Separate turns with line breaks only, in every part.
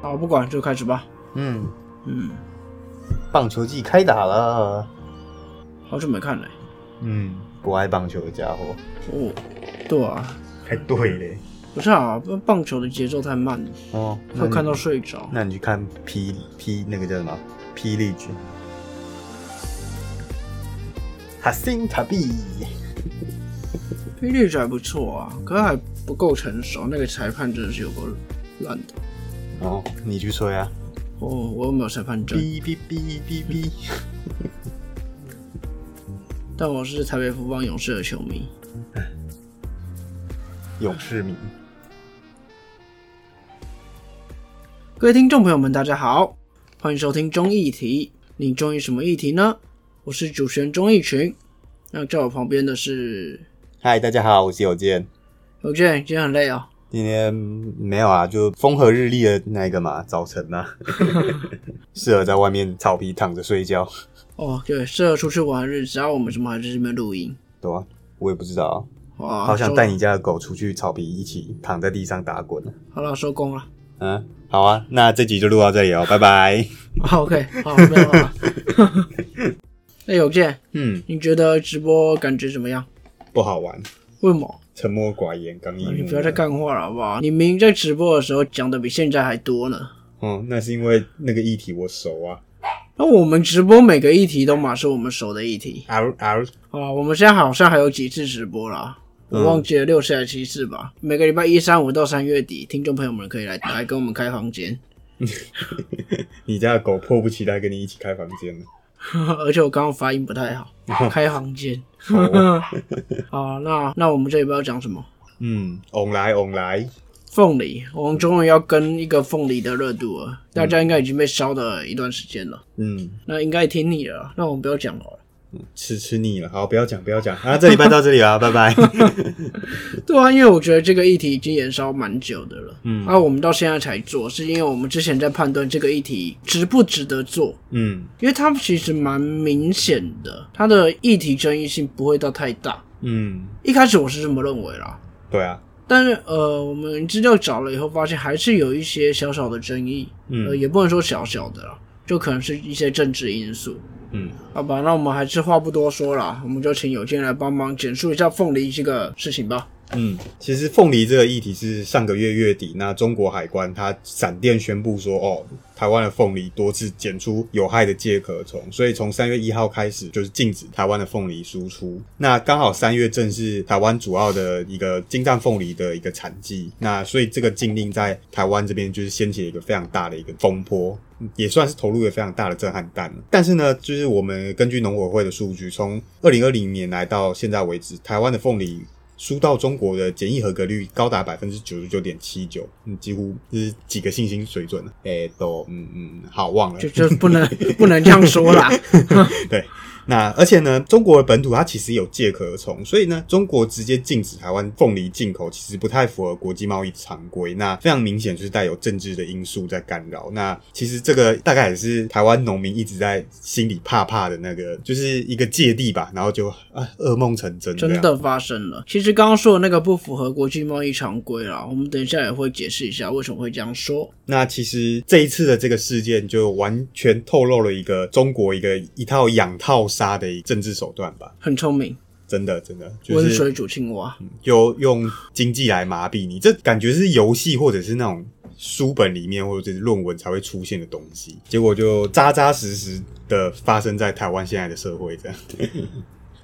好，不管，就开始吧。
嗯，
嗯，
棒球季开打了。
好久没看了、
嗯，不爱棒球的家伙，
哦，对啊，
还哎对嘞。
不是啊，棒球的节奏太慢了，
哦，那
会
你
看到睡着。
那你去看霹霹那个叫什么霹雳局，哈辛塔比，
霹雳还不错啊，可是还不够成熟，那个裁判真的是有够烂的。
哦，你去吹啊，
哦，我又没有裁判证，
哔哔哔哔哔，
但我是台北富邦勇士的球迷。
勇士迷，
各位听众朋友们，大家好，欢迎收听中议题。你中意什么议题呢？我是主持人钟义群，那在我旁边的是
嗨，大家好，我是有健。
有健，今天很累哦。
今天没有啊，就风和日丽的那一个嘛，早晨 嘛，适合在外面草皮躺着睡觉，
哦，对，适合出去玩的日子，然后我们怎么还在这边录音？
对吧、我也不知道啊，
哇，
好想
收
带你家的狗出去草皮一起躺在地上打滚啊
好了，收工了。
嗯，好啊，那这集就录到这里哦，拜拜。
好，OK，好，没有了。 那有健，
嗯，
你觉得直播感觉怎么样？
不好玩，
为什么？
沉默寡言，刚毅
啊你
木。
不要再干话了，好不好？你明明在直播的时候讲的比现在还多呢。
哦，那是因为那个议题我熟啊。
那我们直播每个议题都嘛是我们熟的议题
R R，
啊。我们现在好像还有几次直播啦，我
嗯
忘记了六次还是七次吧。每个礼拜一、三、五到三月底，听众朋友们可以来来跟我们开房间。
你家的狗迫不及待跟你一起开房 间了。
而且我刚刚发音不太 好，开房间。
好哦
好，那那我们这礼拜要讲什么？
嗯，on 来 on 来，
凤梨，我们终于要跟一个凤梨的热度了，大家应该已经被烧的一段时间了，
嗯，
那应该也听腻了，那我们不要讲好了。
吃吃腻了，好，不要讲不要讲啊，这礼拜到这里了，拜拜。
对啊，因为我觉得这个议题已经延烧蛮久的了，
嗯
啊，我们到现在才做，是因为我们之前在判断这个议题值不值得做，
嗯
因为它其实蛮明显的，它的议题争议性不会到太大，
嗯，
一开始我是这么认为啦，
对啊，
但是呃，我们资料找了以后，发现还是有一些小小的争议，呃，
嗯
也不能说小小的啦，就可能是一些政治因素。
嗯，
好吧，那我们还是话不多说啦，我们就请有健来帮忙简述一下凤梨这个事情吧。
嗯，其实凤梨这个议题是上个月月底，那中国海关它闪电宣布说，哦，台湾的凤梨多次检出有害的介壳虫，所以从三月一号开始就是禁止台湾的凤梨输出。那刚好三月正是台湾主要的一个金藏凤梨的一个产季，那所以这个禁令在台湾这边就是掀起了一个非常大的一个风波。也算是投入了非常大的震撼弹了。但是呢，就是我们根据农委会的数据，从二零二零年来到现在为止，台湾的凤梨输到中国的检疫合格率高达百分之九十九点七九，嗯，几乎是几个信心水准了。诶、都嗯嗯，好忘了
就。就不 能不能这样说啦。
啊那而且呢，中国的本土它其实有介壳虫，所以呢，中国直接禁止台湾凤梨进口，其实不太符合国际贸易常规。那非常明显就是带有政治的因素在干扰。那其实这个大概也是台湾农民一直在心里怕怕的那个，就是一个芥蒂吧。然后就啊，噩梦成真，
真。的发生了。其实刚刚说的那个不符合国际贸易常规啦，我们等一下也会解释一下为什么会这样说。
那其实这一次的这个事件，就完全透露了一个中国一个一套养套杀的一政治手段吧，
很聪明，
真的真的就
温
是
水煮青蛙。
就用经济来麻痹你，这感觉是游戏或者是那种书本里面或者是论文才会出现的东西，结果就扎扎实实的发生在台湾现在的社会这样。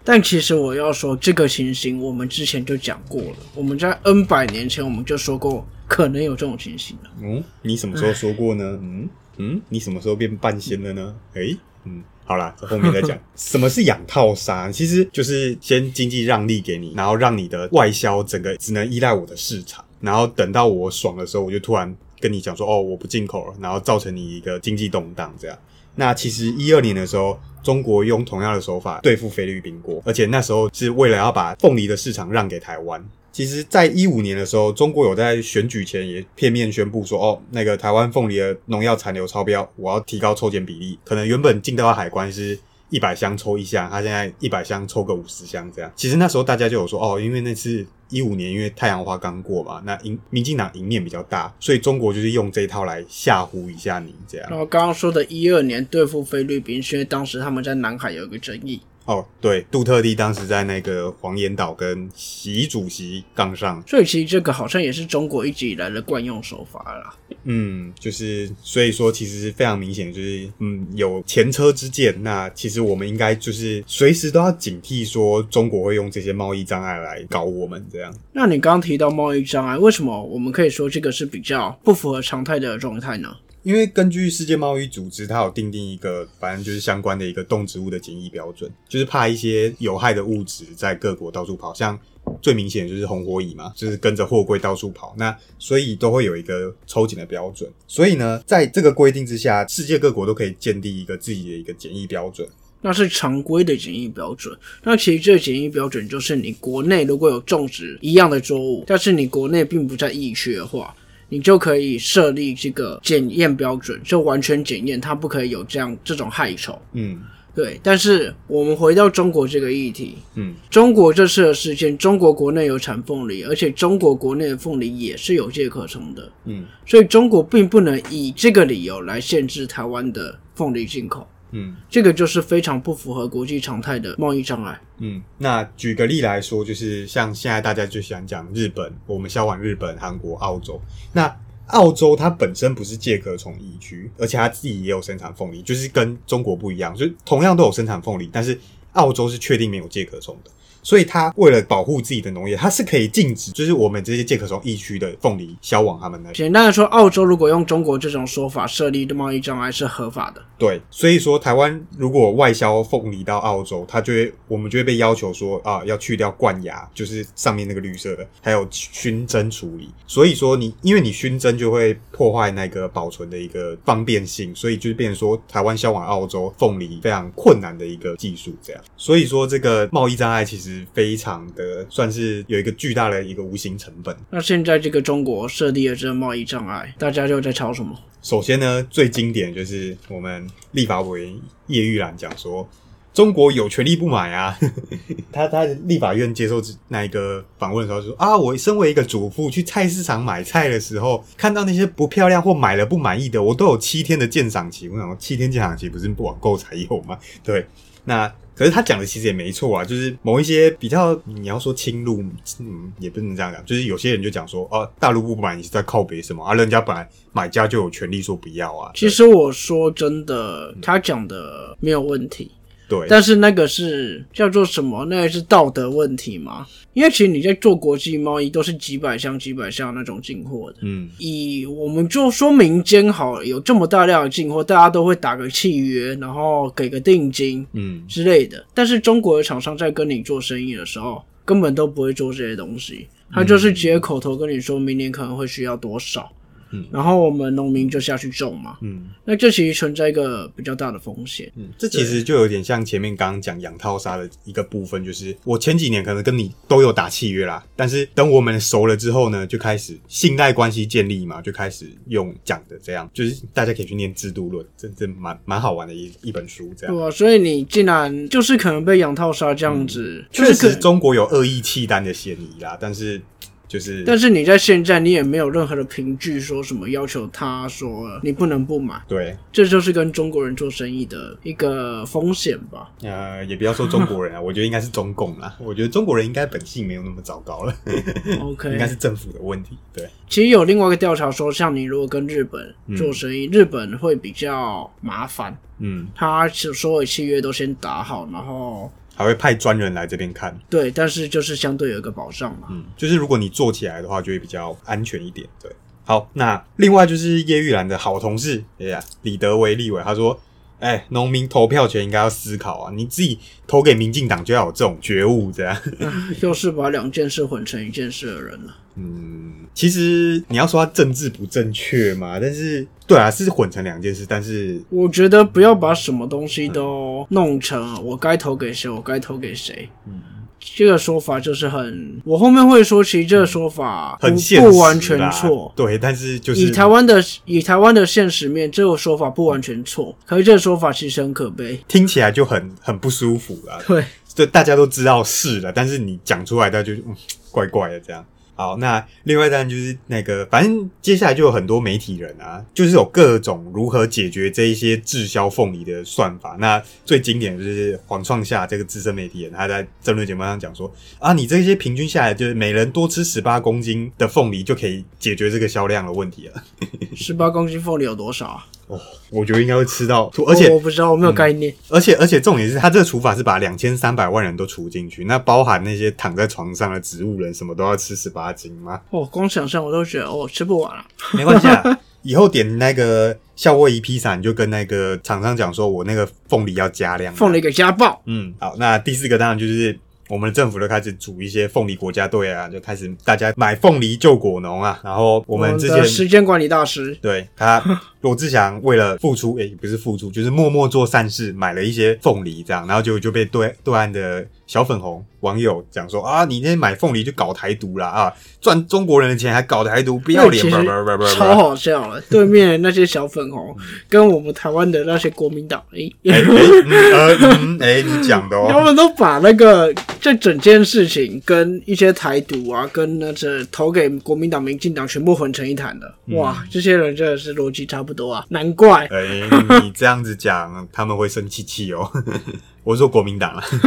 但其实我要说，这个情形我们之前就讲过了，我们在 N 百年前我们就说过可能有这种情形了。
嗯，你什么时候说过呢？嗯嗯，你什么时候变半仙了呢？诶、嗯，好啦，这后面再讲。什么是养套杀？其实就是先经济让利给你，然后让你的外销整个只能依赖我的市场，然后等到我爽的时候，我就突然跟你讲说，哦，我不进口了，然后造成你一个经济动荡这样。那其实一二年的时候，中国用同样的手法对付菲律宾国，而且那时候是为了要把凤梨的市场让给台湾。其实，在一五年的时候，中国有在选举前也片面宣布说，哦，那个台湾凤梨的农药残留超标，我要提高抽检比例，可能原本进到海关是。一百箱抽一箱，他现在一百箱抽个五十箱这样。其实那时候大家就有说哦，因为那次一五年因为太阳花刚过嘛，那赢民进党赢面比较大，所以中国就是用这一套来吓唬一下你这样。
然后刚刚说的一二年对付菲律宾，是因为当时他们在南海有一个争议，
哦，对，杜特地当时在那个黄岩岛跟习主席杠上，
所以其实这个好像也是中国一直以来的惯用手法啦。
嗯，就是所以说其实非常明显，就是嗯有前车之鉴。那其实我们应该就是随时都要警惕，说中国会用这些贸易障碍来搞我们这样。
那你刚刚提到贸易障碍，为什么我们可以说这个是比较不符合常态的状态呢？
因为根据世界贸易组织，它有定定一个，反正就是相关的一个动植物的检疫标准，就是怕一些有害的物质在各国到处跑，像最明显的就是红火蚁嘛，就是跟着货柜到处跑，那所以都会有一个抽检的标准。所以呢，在这个规定之下，世界各国都可以建立一个自己的一个检疫标准。
那是常规的检疫标准。那其实这个检疫标准就是你国内如果有种植一样的作物，但是你国内并不在疫区的话，你就可以设立这个检验标准，就完全检验它不可以有这样这种害虫。
嗯
对，但是我们回到中国这个议题，
嗯，
中国这次的事件，中国国内有产凤梨，而且中国国内的凤梨也是有介可乘的，
嗯
所以中国并不能以这个理由来限制台湾的凤梨进口。
嗯
这个就是非常不符合国际常态的贸易障碍。
嗯。那举个例来说，就是像现在大家最喜欢讲日本，我们销往日本、韩国、澳洲。那澳洲它本身不是介壳虫疫区，而且它自己也有生产凤梨，就是跟中国不一样，就是同样都有生产凤梨，但是澳洲是确定没有介壳虫的。所以它为了保护自己的农业，它是可以禁止，就是我们这些介壳虫疫区的凤梨销往他们那里。
简单的说，澳洲如果用中国这种说法设立的贸易障碍是合法的。
对，所以说台湾如果外销凤梨到澳洲，它就会我们就会被要求说啊，要去掉冠芽，就是上面那个绿色的，还有熏蒸处理。所以说你因为你熏蒸就会破坏那个保存的一个方便性，所以就是变成说台湾销往澳洲凤梨非常困难的一个技术这样。所以说这个贸易障碍其实非常的算是有一个巨大的一个无形成本。
那现在这个中国设立了这个贸易障碍，大家又在吵什么？
首先呢，最经典就是我们立法委员叶玉兰讲说，中国有权利不 买啊。他他立法院接受那一个访问的时候就说啊，我身为一个主妇去菜市场买菜的时候，看到那些不漂亮或买了不满意的，我都有七天的鉴赏期。我想说，七天鉴赏期不是网购才有吗？对，那。可是他讲的其实也没错啊，就是某一些比较你要说侵入，嗯，也不能这样讲，就是有些人就讲说，哦、大陆不买你是在靠北什么啊？人家本来买家就有权利说不要啊。
其实我说真的，他讲的没有问题，
对，
但是那个是叫做什么？那个是道德问题吗？因为其实你在做国际贸易都是几百箱、几百箱那种进货的。
嗯
以我们就说民间好了，有这么大量的进货，大家都会打个契约，然后给个定金，
嗯，
之类的。但是中国的厂商在跟你做生意的时候，根本都不会做这些东西，他就是直接口头跟你说明年可能会需要多少，
嗯
然后我们农民就下去种嘛。
嗯
那这其实存在一个比较大的风险。
嗯，这其实就有点像前面刚刚讲养套杀的一个部分，就是我前几年可能跟你都有打契约啦，但是等我们熟了之后呢，就开始信赖关系建立嘛，就开始用讲的这样，就是大家可以去念制度论，这这蛮蛮好玩的一一本书这样
对。啊，所以你竟然就是可能被养套杀这样子，就
嗯确
是可
实，中国有恶意契丹的嫌疑啦，但是就是
但是你在现在你也没有任何的凭据说什么要求他说你不能不买，
对，
这就是跟中国人做生意的一个风险吧。
呃，也不要说中国人啊，我觉得应该是中共啦。我觉得中国人应该本性没有那么糟糕了，
OK，
应该是政府的问题。对，
其实有另外一个调查说，像你如果跟日本做生意，日本会比较麻烦，
嗯，
他所有契约都先打好，然后
还会派专人来这边看，
对，但是就是相对有一个保障嘛。
嗯，就是如果你做起来的话，就会比较安全一点。对，好，那另外就是叶玉兰的好同事，哎呀，李德维立委，他说。哎，农民投票权应该要思考啊！你自己投给民进党就要有这种觉悟，这样。
又是把两件事混成一件事的人了。
嗯，其实你要说它政治不正确嘛，但是对啊，是混成两件事，但是
我觉得不要把什么东西都弄成我该投给谁，我该投给谁。
嗯
这个说法就是很，我后面会说，其实这个说法不
嗯很现实啦
不完全错，
对，但是就是
以台湾的以台湾的现实面，这个说法不完全错，可是这个说法其实很可悲。
听起来就很很不舒服啦。
对，
就大家都知道是了，但是你讲出来，大家就嗯怪怪的这样。好，那另外当然就是那个，反正接下来就有很多媒体人啊，就是有各种如何解决这一些滞销凤梨的算法。那最经典的就是黄创夏这个资深媒体人，他在争论节目上讲说啊，你这些平均下来，就是每人多吃十八公斤的凤梨就可以解决这个销量的问题了。
十八公斤凤梨有多少啊？
我觉得应该会吃到吐，而且嗯
我我不知道，我没有概念。
而且而且重点是，他这个除法是把两千三百万人都除进去，那包含那些躺在床上的植物人，什么都要吃十八斤 吗？
哦，光想象我都觉得哦，吃不完了。
没关系啊，以后点那个夏威夷披萨，你就跟那个厂商讲说，我那个凤梨要加量。
凤梨，给家暴，
嗯，好，那第四个当然就是。我们的政府就开始组一些凤梨国家队啊，就开始大家买凤梨救果农啊。然后我
我
们之前
的时间管理大师
对他，罗志祥为了付出，诶、不是付出，就是默默做善事，买了一些凤梨这样，然后结果就被对对岸的小粉红网友讲说啊，你那些买凤梨就搞台独啦啊，赚中国人的钱还搞台独，不嗯要脸！
那
叭
其实
叭叭叭叭
超好笑了。对面的那些小粉红跟我们台湾的那些国民党，诶、
哎哎嗯呃嗯哎，你 讲的
他
哦，
们都把那个这整件事情跟一些台独啊，跟那这投给国民党、民进党全部混成一谈了。
嗯
哇，这些人真的是逻辑差不多啊，难怪。
哎，你这样子讲他们会生气气哦。 我说国民党啊。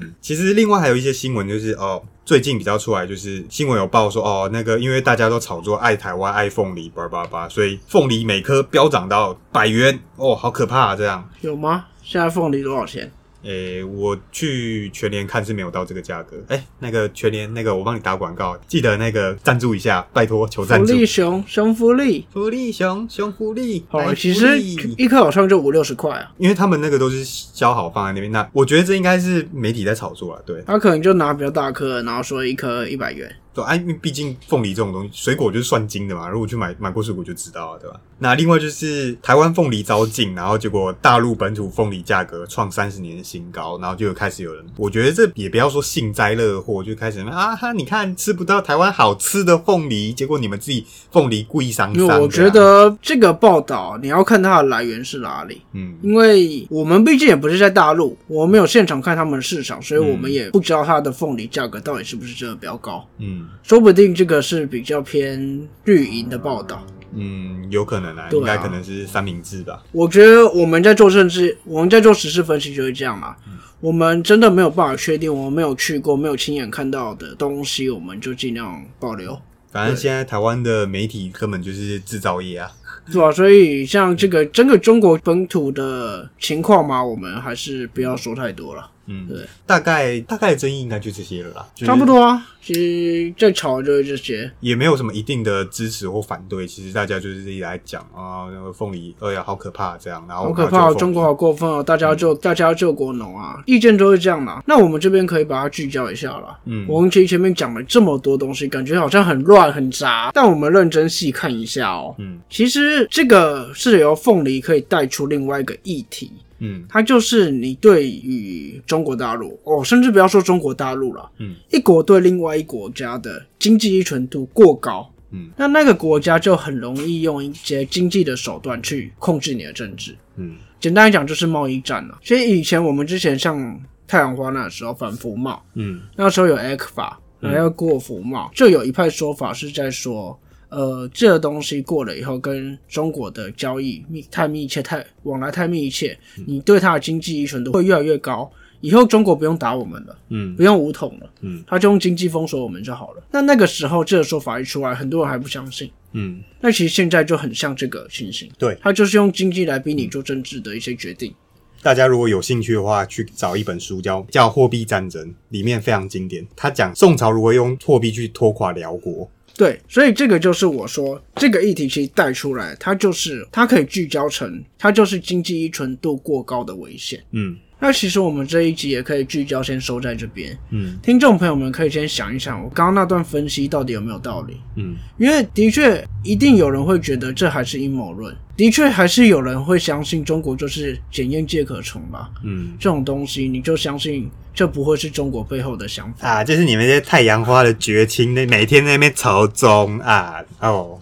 嗯，其实另外还有一些新闻，就是哦，最近比较出来，就是新闻有报说哦，那个因为大家都炒作爱台湾、爱凤梨，叭叭叭，所以凤梨每颗飙涨到百元，哦，好可怕、啊！这样，
有吗？现在凤梨多少钱？
诶，我去全联看是没有到这个价格。诶，那个全联那个，我帮你打广告，记得那个赞助一下，拜托求
福
赞助。
利熊，熊福利。
福利熊，熊福利，
好
来
了，其
福
实
利
一颗好像就五六十块啊，
因为他们那个都是削好放在那边，那我觉得这应该是媒体在炒作了，对，
他可能就拿比较大颗的，然后说一颗一百元。
对，哎，因为毕竟凤梨这种东西，水果就是算斤的嘛，如果去买买过水果就知道了，对吧？那另外就是台湾凤梨遭禁，然后结果大陆本土凤梨价格创三十年的新高，然后就有开始有人，我觉得这也不要说幸灾乐祸，就开始啊哈，你看吃不到台湾好吃的凤梨，结果你们自己凤梨故意伤
因
伤，
为我
这样
觉，得这个报道你要看它的来源是哪里，
嗯，
因为我们毕竟也不是在大陆，我们没有现场看他们的市场，所以我们也不知道它的凤梨价格到底是不是真的比较高。
嗯
说不定这个是比较偏绿营的报道。
嗯，有可能啊，
对啊
应该可能是三明治吧，
我觉得我们在做政治，我们在做时事分析就是这样嘛。我们真的没有办法确定，我们没有去过、没有亲眼看到的东西，我们就尽量保留，
反正
对
现在台湾的媒体根本就是制造业啊。
对吧、所以像这个整个中国本土的情况嘛，我们还是不要说太多了，
嗯，
对，
大概大概争议应该就这些了啦，就是
差不多啊。其实最吵的就是这些，
也没有什么一定的支持或反对。其实大家就是一直来讲啊，那个凤梨，哎呀，好可怕这样，然后
好
我
可
们
怕、
要
哦，
救凤梨
中国好过分哦！大家要
嗯
救，大家要救国农啊，意见都是这样嘛。那我们这边可以把它聚焦一下了。
嗯
我们其实前面讲了这么多东西，感觉好像很乱很杂，但我们认真细看一下哦。
嗯
其实这个是由凤梨可以带出另外一个议题，
嗯
它就是你对于中国大陆哦，甚至不要说中国大陆了，
嗯，
一国对另外一国家的经济依存度过高，
嗯，
那那个国家就很容易用一些经济的手段去控制你的政治。
嗯
简单来讲就是贸易战了、所以以前我们之前像太阳花那时候反服贸，
嗯
那时候有 ACT 法，
嗯
然后过服贸，就有一派说法是在说，呃，这个东西过了以后，跟中国的交易密太密切，太往来太密切，
嗯
你对它的经济依存度会越来越高。以后中国不用打我们了，
嗯
不用武统了，
嗯
他就用经济封锁我们就好了。那那个时候这个说法一出来，很多人还不相信。
嗯，
那其实现在就很像这个情形，
对
他就是用经济来逼你做政治的一些决定。
大家如果有兴趣的话，去找一本书叫叫《货币战争》，里面非常经典，他讲宋朝如何用货币去拖垮辽国。
对，所以这个就是我说这个议题其实带出来，它就是它可以聚焦成，它就是经济依存度过高的危险。
嗯
那其实我们这一集也可以聚焦先收在这边，
嗯
听众朋友们可以先想一想，我刚刚那段分析到底有没有道理？
嗯
因为的确一定有人会觉得这还是阴谋论，的确还是有人会相信中国就是检验介壳虫吧，
嗯
这种东西你就相信这不会是中国背后的想法。
啊，就是你们这些太阳花的绝情，那每天在那边朝中啊哦，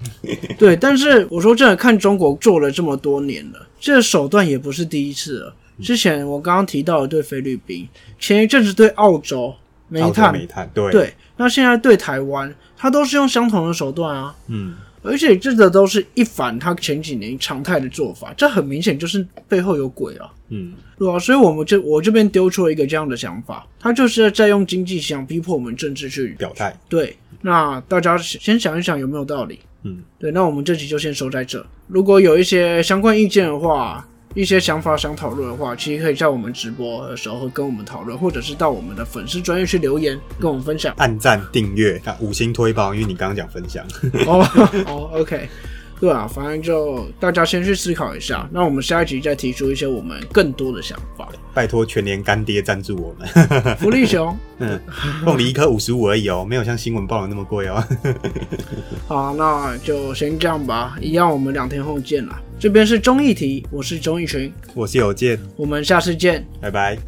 对，但是我说真的，看中国做了这么多年了，这手段也不是第一次了。
嗯
之前我刚刚提到的对菲律宾，前一阵子对澳洲煤
澳洲
炭，
煤炭，对，
对，那现在对台湾，它都是用相同的手段啊。
嗯，
而且这个都是一反他前几年常态的做法，这很明显就是背后有鬼啊。
嗯，
对啊，所以我们这我这边丢出了一个这样的想法，他就是在用经济想逼迫我们政治去
表态，
对。那大家先想一想有没有道理？
嗯，
对，那我们这集就先收在这。如果有一些相关意见的话，一些想法想讨论的话，其实可以在我们直播的时候跟我们讨论，或者是到我们的粉丝专业去留言跟我们分享。
按赞、订阅、啊五星推爆，因为你刚刚讲分享，
哦哦，OK，对啊，反正就大家先去思考一下，那我们下一集再提出一些我们更多的想法。
拜托全年干爹赞助我们，
福利熊，
嗯，凤梨一颗五十五而已哦，没有像新闻报的那么贵哦。
好，那就先这样吧，一样我们两天后见啦。这边是综艺题，我是综艺群，
我是有健，
我们下次见。
拜拜。